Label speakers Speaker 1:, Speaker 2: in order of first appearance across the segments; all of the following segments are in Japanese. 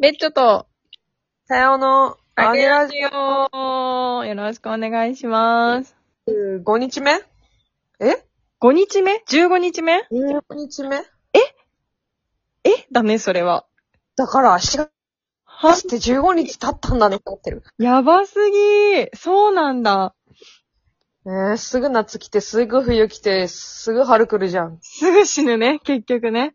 Speaker 1: ベッチョと、
Speaker 2: さようの、
Speaker 1: あ
Speaker 2: あ
Speaker 1: げ
Speaker 2: げ
Speaker 1: ラ
Speaker 2: ラ
Speaker 1: ジ
Speaker 2: ジ
Speaker 1: オよろしくお願いします。
Speaker 2: オ5日目え
Speaker 1: 5日目 ?15 日目
Speaker 2: ?16 日目
Speaker 1: えだね、それは。
Speaker 2: だから、4
Speaker 1: は
Speaker 2: 月って15日経ったんだねって思ってる。
Speaker 1: やばすぎそうなんだ。
Speaker 2: えー、すぐ夏来て、すぐ冬来て、すぐ春来るじゃん。
Speaker 1: すぐ死ぬね、結局ね。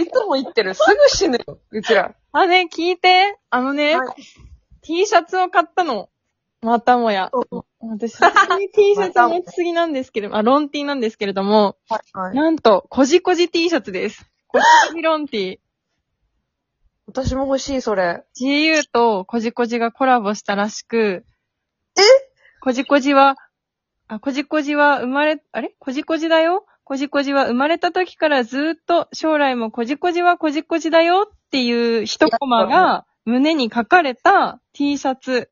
Speaker 2: いつも言ってる。すぐ死ぬよ、うちら。
Speaker 1: あ、ね、聞いて。あのね、
Speaker 2: はい
Speaker 1: T シャツを買ったの。またもや。私、本当に T シャツ持ちすぎなんですけれども、あ、ロン T なんですけれども、
Speaker 2: はい
Speaker 1: なんと、こじこじ T シャツです。こじこじロン T。
Speaker 2: 私も欲しい、それ。
Speaker 1: GU とコジコジがコラボしたらしく、えコジコジは、あ、コジコジは生まれ、あれコジコジだよコジコジは生まれた時からずーっと将来もコジコジはコジコジだよっていう一コマが胸に書かれた T シャツ。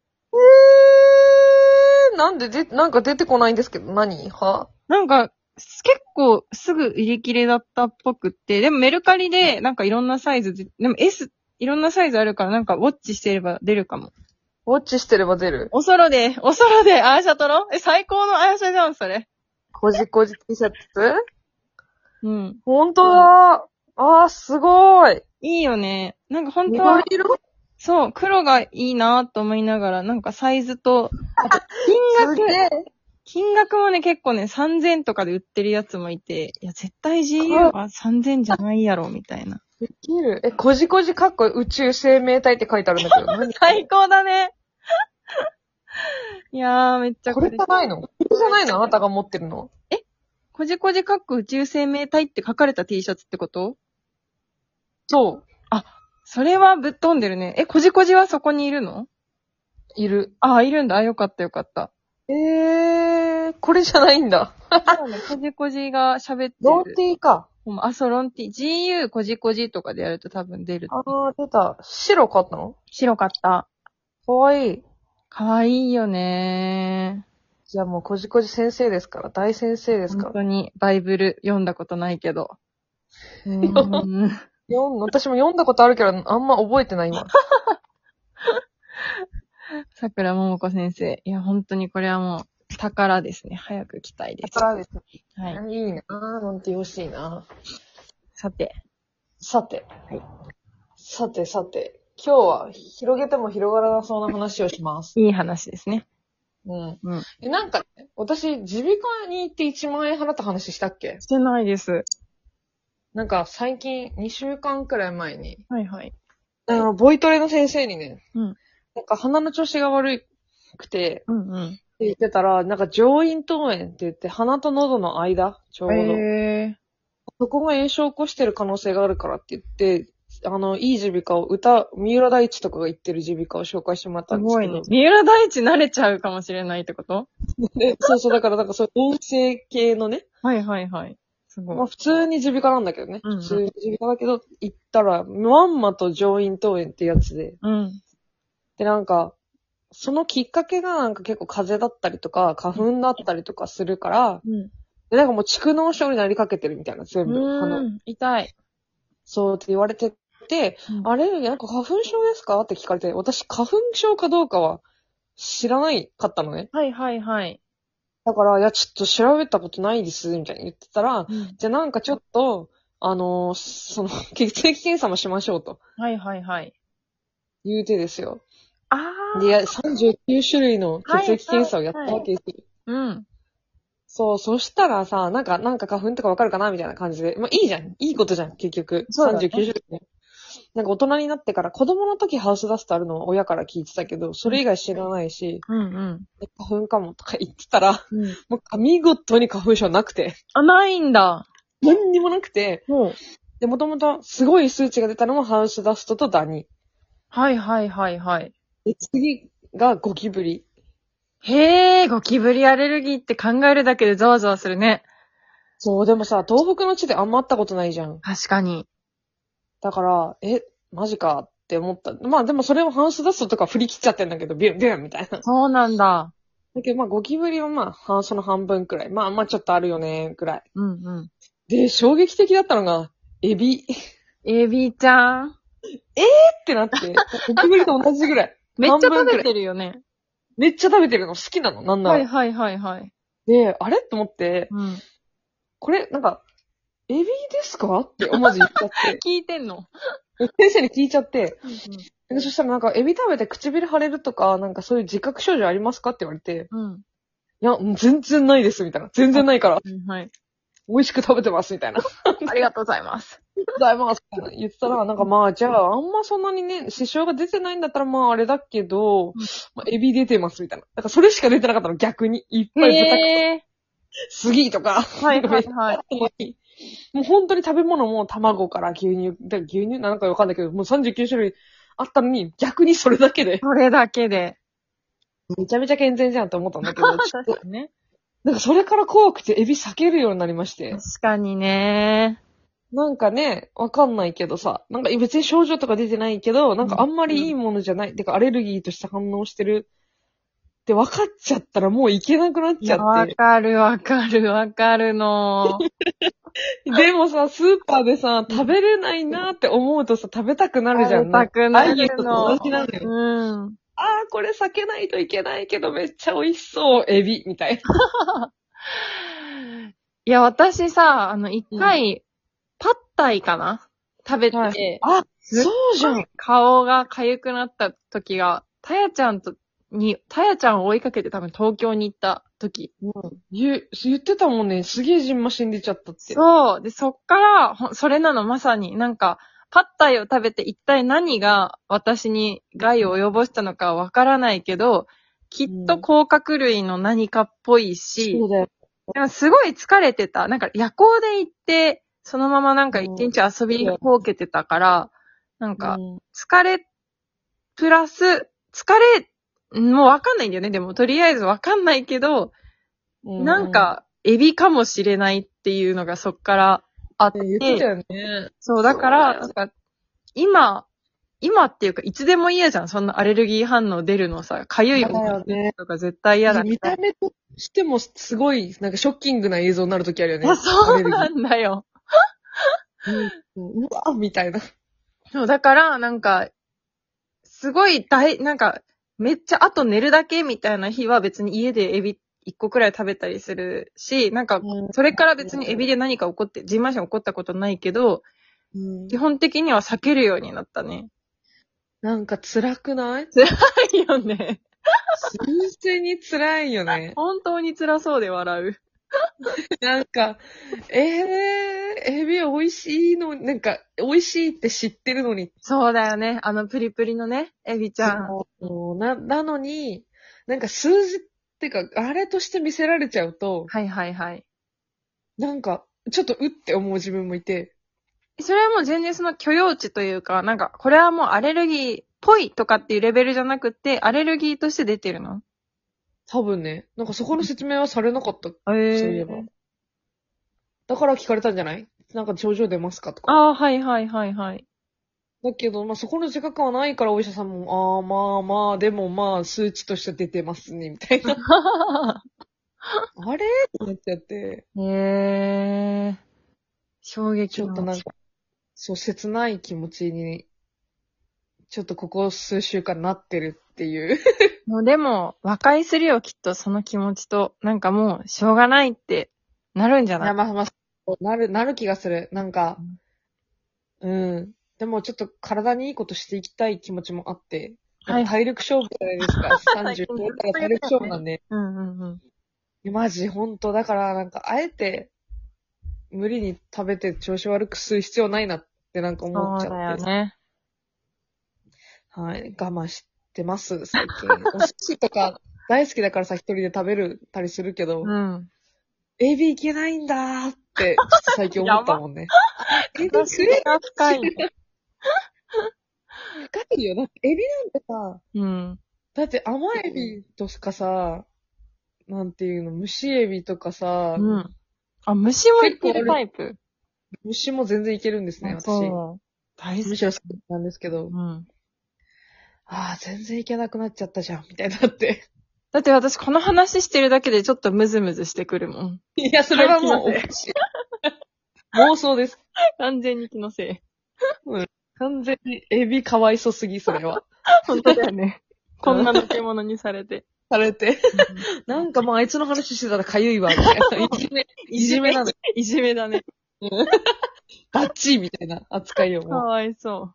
Speaker 2: えー、なんで、で、なんか出てこないんですけど、何は
Speaker 1: なんか、結構すぐ売り切れだったっぽくって、でもメルカリでなんかいろんなサイズで、でも S、いろんなサイズあるからなんかウォッチしてれば出るかも。
Speaker 2: ウォッチしてれば出る。
Speaker 1: おそろで、おそろでアーシャ撮ろうえ、最高のアーシャじゃん、それ。
Speaker 2: こじこじ T シャツ
Speaker 1: うん。
Speaker 2: ほんとだあー、すごい。
Speaker 1: いいよね。なんか本当は
Speaker 2: 緑、色
Speaker 1: そう、黒がいいなと思いながら、なんかサイズと、あと金
Speaker 2: すげ
Speaker 1: 額、
Speaker 2: え。
Speaker 1: 金額もね、結構ね、3000とかで売ってるやつもいて、いや、絶対 GU は3000じゃないやろ、みたいな。
Speaker 2: できるえ、こじこじかっこ宇宙生命体って書いてあるんだ けど、何
Speaker 1: 最高だね。 いやー、めっちゃ
Speaker 2: これじゃないのこれじゃないのあなたが持ってるの。
Speaker 1: こじこじかっこ宇宙生命体って書かれた T シャツってこと
Speaker 2: そう。
Speaker 1: それはぶっ飛んでるね。え、こじこじはそこにいるの
Speaker 2: いる。
Speaker 1: ああ、いるんだ。よかったよかった。
Speaker 2: えー、これじゃないんだ。
Speaker 1: そうね、こじこじが喋って
Speaker 2: ロン
Speaker 1: る。
Speaker 2: ティーか。
Speaker 1: あ、そう、ロンティ。GU こじこじとかでやると多分出る。
Speaker 2: あー、出た。白買ったの
Speaker 1: 白かった。
Speaker 2: かわいい。
Speaker 1: かわいいよね
Speaker 2: じゃあもうこじこじ先生ですから、大先生ですか
Speaker 1: 本
Speaker 2: ら。
Speaker 1: 当に、バイブル読んだことないけど。うーん
Speaker 2: 読ん 私も読んだことあるけど、あんま覚えてない今。
Speaker 1: 桜ももこ先生。いや、本当にこれはもう、宝ですね。早く来たいです。
Speaker 2: 宝ですね。
Speaker 1: はい。
Speaker 2: いいなぁ、ロンティー欲しいな
Speaker 1: さて、
Speaker 2: さて。
Speaker 1: はい
Speaker 2: さてさて。今日は広げても広がらなそうな話をします。
Speaker 1: いい話ですね。
Speaker 2: うん。
Speaker 1: うん。
Speaker 2: え、なんかね、私、耳鼻科に行って1万円払った話したっけ
Speaker 1: してないです。
Speaker 2: なんか、最近、2週間くらい前に、
Speaker 1: はいはい。
Speaker 2: あの、ボイトレの先生にね、
Speaker 1: うん。
Speaker 2: なんか鼻の調子が悪くて、
Speaker 1: うんうん。
Speaker 2: って言ってたら、なんか上咽頭炎って言って、鼻と喉の間、ちょうど、
Speaker 1: え
Speaker 2: そこが炎症を起こしてる可能性があるからって言って、あの、いい耳鼻科を、歌、三浦大知とかが言ってる耳鼻科を紹介してもらっ
Speaker 1: ー、
Speaker 2: た
Speaker 1: す
Speaker 2: んです
Speaker 1: ご
Speaker 2: け
Speaker 1: い
Speaker 2: ど
Speaker 1: ね。。三浦大知慣れちゃうかもしれないってこと
Speaker 2: で そうそう、だから、なんかそう、音声系のね、
Speaker 1: はいはいはい。すごい。
Speaker 2: まあ普通に耳鼻科なんだけどね。
Speaker 1: うんうん
Speaker 2: 普通に耳鼻科だけど、行ったら、まんまと上咽頭炎ってやつで。
Speaker 1: うん。
Speaker 2: で、なんか、そのきっかけがなんか結構風邪だったりとか、花粉だったりとかするから、
Speaker 1: うん。
Speaker 2: で、なんかもう蓄膿症になりかけてるみたいな、全部。あの
Speaker 1: ん。痛い。
Speaker 2: そうって言われてて、
Speaker 1: うん
Speaker 2: あれなんか花粉症ですかって聞かれて、私花粉症かどうかは知らないかったのね。
Speaker 1: はいはいはい。
Speaker 2: だから、いや、ちょっと調べたことないです、みたいに言ってたら、じゃあなんかちょっと、あのーその、血液検査もしましょうと。
Speaker 1: はいはいはい。
Speaker 2: 言うてですよ。
Speaker 1: あ
Speaker 2: で、いや39種類の血液検査をやったわけですよ。
Speaker 1: うん。
Speaker 2: そう、そしたらさ、なんか、なんか花粉とかわかるかなみたいな感じで。まあ、いいじゃん。いいことじゃん、結局。
Speaker 1: そうだね
Speaker 2: 39種類ね。なんか大人になってから、子供の時ハウスダストあるのは親から聞いてたけど、それ以外知らないし、
Speaker 1: うん
Speaker 2: 花粉かもとか言ってたら、
Speaker 1: うん。
Speaker 2: もう見事に花粉症なくて、
Speaker 1: あ、ないんだ。
Speaker 2: 何にもなくて、
Speaker 1: ほう。
Speaker 2: で、もともとすごい数値が出たのもハウスダストとダニ。
Speaker 1: はいはいはいはい。
Speaker 2: で、次がゴキブリ。
Speaker 1: へえ、ゴキブリアレルギーって考えるだけでザワザワするね。
Speaker 2: そう、でもさ、東北の地であんま会ったことないじゃん。
Speaker 1: 確かに。
Speaker 2: だから、え、マジかって思った。まあでもそれをハウスダストとか振り切っちゃってんだけど、ビュンビュンみたいな。
Speaker 1: そうなんだ。
Speaker 2: だけどまあゴキブリはまあ半、その半分くらい。まあまあちょっとあるよね、くらい。
Speaker 1: うんうん。
Speaker 2: で、衝撃的だったのが、エビ。
Speaker 1: エビちゃん。
Speaker 2: ってなって、ゴキブリと同じぐらい。
Speaker 1: めっちゃ食べ
Speaker 2: 半分くら
Speaker 1: てるよね。
Speaker 2: めっちゃ食べてるの好きなの、なんな
Speaker 1: はい
Speaker 2: ら。
Speaker 1: はいはいはい。
Speaker 2: で、あれと思って、
Speaker 1: うん。
Speaker 2: これ、なんか、エビですかって思わず言っちゃって。
Speaker 1: 聞いてんの。
Speaker 2: 先生に聞いちゃって、でそしたらなんか、エビ食べて唇腫れるとか、なんかそういう自覚症状ありますかって言われて、
Speaker 1: うん。
Speaker 2: いや、うん全然ないです、みたいな。全然ないから、
Speaker 1: はい。
Speaker 2: 美味しく食べてます、み たいな。
Speaker 1: ありがとうございます。
Speaker 2: だいぶ、言ってたら、なんかまあ、じゃあ、あんまそんなにね、支障が出てないんだったら、まあ、あれだけど、まあ、エビ出てます、みたいな。だから、それしか出てなかったの、逆に。いっぱい豚、
Speaker 1: へえ。
Speaker 2: すぎとか。
Speaker 1: はいはい はい。
Speaker 2: もう本当に食べ物も卵から牛乳、で牛乳なんかわかんないけど、もう39種類あったのに、逆にそれだけで、
Speaker 1: それだけで。
Speaker 2: めちゃめちゃ健全じゃんって思ったん だけど、ちょっと、
Speaker 1: ね。
Speaker 2: なんかそれから怖くてエビ避けるようになりまして
Speaker 1: 確。かにね。
Speaker 2: なんかね、わかんないけどさ、なんか別に症状とか出てないけど、なんかあんまりいいものじゃない、てかアレルギーとして反応してるって分かっちゃったらもういけなくなっ
Speaker 1: い
Speaker 2: ちゃ
Speaker 1: や
Speaker 2: っ
Speaker 1: わ
Speaker 2: て。
Speaker 1: かるわかるわかるの。
Speaker 2: でもさ、スーパーでさ、食べれないなって思うとさ、食べたくなるじゃ
Speaker 1: 食
Speaker 2: ん。
Speaker 1: べたくなるの
Speaker 2: アイギーと同じなのよ。
Speaker 1: うん。
Speaker 2: あーこれ避けないといけないけど、めっちゃ美味しそう、エビ、みたいな。
Speaker 1: いや、私さ、あの、一回、パッタイかな食べて、
Speaker 2: はいあ、そうじゃん。
Speaker 1: 顔が痒くなった時が、たやちゃんと、に、たやちゃんを追いかけて多分東京に行った時。
Speaker 2: 言、言ってたもんね。すげえじんましんでちゃったって。
Speaker 1: そう。で、そっから、ほんそれなのまさに、なんか、パッタイを食べて一体何が私に害を及ぼしたのかわからないけど、きっと甲殻類の何かっぽいし、
Speaker 2: そうだよ。
Speaker 1: でもすごい疲れてた。なんか夜行で行って、そのままなんか一日遊びにこうけてたから、なんか
Speaker 2: うん
Speaker 1: 疲れ、プラス、疲れ、もうわかんないんだよね。でもとりあえずわかんないけど、
Speaker 2: う
Speaker 1: なん、かエビかもしれないっていうのがそっからあって、
Speaker 2: 言ってたよね。
Speaker 1: そうだか
Speaker 2: そ
Speaker 1: ら、
Speaker 2: うだ
Speaker 1: なんか今、今っていうかいつでも嫌じゃん。そんなアレルギー反応出るのさ、かゆい
Speaker 2: 嫌だよね
Speaker 1: とか絶対嫌だ
Speaker 2: 見た目としてもすごい、なんかショッキングな映像になるときある よね。
Speaker 1: あそう
Speaker 2: ア
Speaker 1: な
Speaker 2: レル
Speaker 1: んだよ。
Speaker 2: ギーうわみたいな。
Speaker 1: そう、だから、なんか、すごい大、なんか、めっちゃあと寝るだけみたいな日は別に家でエビ一個くらい食べたりするし、なんか、それから別にエビで何か起こって、ジンマシン起こったことないけど、
Speaker 2: うん
Speaker 1: 基本的には避けるようになったね。
Speaker 2: なんか辛くない
Speaker 1: いいよね。
Speaker 2: 純粋に辛いよ ね。
Speaker 1: 本当に辛そうで笑う。
Speaker 2: なんか、ええエビ美味しいの、なんか、美味しいって知ってるのに
Speaker 1: そうだよね。あのプリプリのね、エビちゃん。
Speaker 2: そうな、なのに、なんか数字ってか、あれとして見せられちゃうと、
Speaker 1: はいはいはい。
Speaker 2: なんか、ちょっとうって思う自分もいて、
Speaker 1: それはもう全然その許容値というか、なんか、これはもうアレルギーっぽいとかっていうレベルじゃなくて、アレルギーとして出てるの
Speaker 2: 多分ね、なんかそこの説明はされなかった、そ
Speaker 1: え
Speaker 2: ういえば。だから聞かれたんじゃないなんか症状出ますかとか。
Speaker 1: ああ、はいはいはい はい。
Speaker 2: だけど、まあ、そこの自覚はないからお医者さんも、ああ、まあまあ、でもまあ、数値として出てますね、みた いな。あれってなっちゃって、
Speaker 1: へえー。衝撃
Speaker 2: ちょっとなんか、そう、切ない気持ちに、ちょっとここ数週間なってるっていう。
Speaker 1: もうでも、和解するよ、きっと、その気持ちと。なんかもう、しょうがないって、なるんじゃ
Speaker 2: いや、
Speaker 1: ない
Speaker 2: まあまあ、そうなる、なる気がする。なんか、うん。でもちょっと体にいいことしていきたい気持ちもあって、
Speaker 1: はい
Speaker 2: 体力勝負じゃないですか。
Speaker 1: はい
Speaker 2: 30超えたら体力勝負なんで。
Speaker 1: うんうんうん。
Speaker 2: いやマジ、ほんと。だから、なんか、あえて、無理に食べて調子悪くする必要ないなってなんか思っ
Speaker 1: そ
Speaker 2: ち
Speaker 1: うだ
Speaker 2: ゃ
Speaker 1: よ
Speaker 2: って。
Speaker 1: ね。
Speaker 2: はい。我慢してます、最近。 お寿司とか大好きだからさ、一人で食べるたりするけど、
Speaker 1: うん。
Speaker 2: エビいけないんだーって、ちょっと最近思ったもん ね。エビ食えない
Speaker 1: が深い ね。
Speaker 2: 高いよ。だって、エビなんてさ、
Speaker 1: うん。
Speaker 2: だって甘エビとかさ、なんていうの、蒸しエビとかさ、
Speaker 1: うん。あ、虫もいけるタイプ。
Speaker 2: 蒸しも全然いけるんですね、私。
Speaker 1: そう。大好
Speaker 2: む
Speaker 1: き。
Speaker 2: しろ好きなんですけど、
Speaker 1: うん。
Speaker 2: ああ、全然いけなくなっちゃったじゃん、みたいになって。
Speaker 1: だって私、この話してるだけでちょっとムズムズしてくるもん。
Speaker 2: いや、それはもうおかしい。妄想です。
Speaker 1: 完全に気のせい。
Speaker 2: うん完全にエビかわいそすぎ、それは。
Speaker 1: 本当だよね。 こんなのけ者にされて。
Speaker 2: されて。なんかもうあいつの話してたらかゆいわ、みたいな。い じめ、いじめなのよ。
Speaker 1: いじめだね。
Speaker 2: バッチーみたいな扱い を
Speaker 1: か
Speaker 2: もう。
Speaker 1: わいそ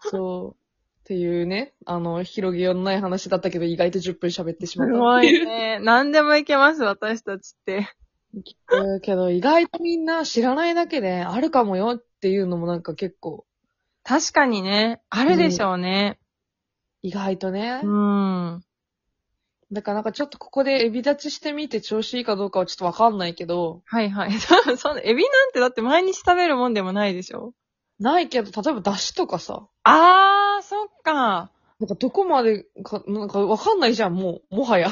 Speaker 2: そう。っていうね、あの、広げようのない話だったけど、意外と10分喋ってし
Speaker 1: う。
Speaker 2: まっ
Speaker 1: す
Speaker 2: た。
Speaker 1: ごいね。何でもいけます、私たちって。
Speaker 2: うんけど、意外とみんな知らないだけで、あるかもよっていうのもなんか結構、
Speaker 1: 確かにね。あるでしょうね。
Speaker 2: 意外とね。
Speaker 1: うん。
Speaker 2: だからなんかちょっとここでエビ立ちしてみて調子いいかどうかはちょっとわかんないけど、
Speaker 1: はいはい。 そうそうエビなんてだって毎日食べるもんでもないでしょ
Speaker 2: ないけど、例えば出汁とかさ、
Speaker 1: あー、そっか。
Speaker 2: なんかどこまでか、なんかわかんないじゃん、もう、もはや。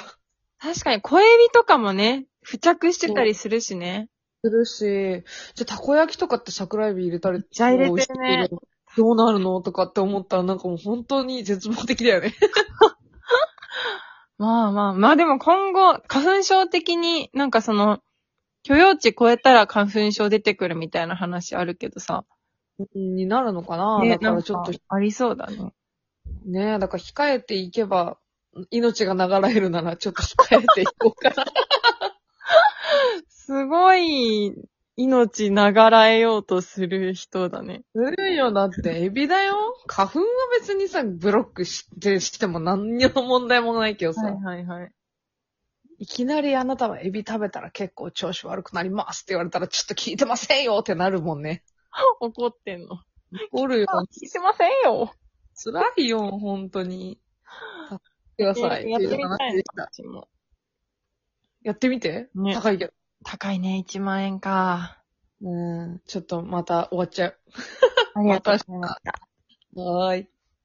Speaker 1: 確かに小エビとかもね、付着してたりするしね。
Speaker 2: するし、じゃあたこ焼きとかって桜エビ入れたり、
Speaker 1: ちゃ入れてるね
Speaker 2: どうなるのとかって思ったらなんかもう本当に絶望的だよね。
Speaker 1: まあまあ、まあでも今後、花粉症的になんかその、許容値超えたら花粉症出てくるみたいな話あるけどさ。
Speaker 2: になるのかな、
Speaker 1: ね
Speaker 2: だからちょっと
Speaker 1: なんかありそうだね。
Speaker 2: ねえ、だから控えていけば、命が流れるならちょっと控えていこうかな。
Speaker 1: すごい、命ながらえようとする人だね。
Speaker 2: ずるいよ、だって、エビだよ。花粉は別にさ、ブロックして、しても何にも問題もないけどさ、
Speaker 1: はいはいはい。
Speaker 2: い、きなりあなたはエビ食べたら結構調子悪くなりますって言われたらちょっと聞いてませんよってなるもんね。
Speaker 1: 怒ってんの。
Speaker 2: おるよ。
Speaker 1: 聞いてませんよ。
Speaker 2: 辛いよ、本当に。助けてください。
Speaker 1: やってみたい
Speaker 2: っ
Speaker 1: な
Speaker 2: ていう話でした
Speaker 1: 私も
Speaker 2: やってみて、
Speaker 1: ね
Speaker 2: 高いけど。
Speaker 1: 高いね、1万円か。
Speaker 2: うん、ちょっとまた終わっちゃ
Speaker 1: ありがとうございました。
Speaker 2: う。はーい。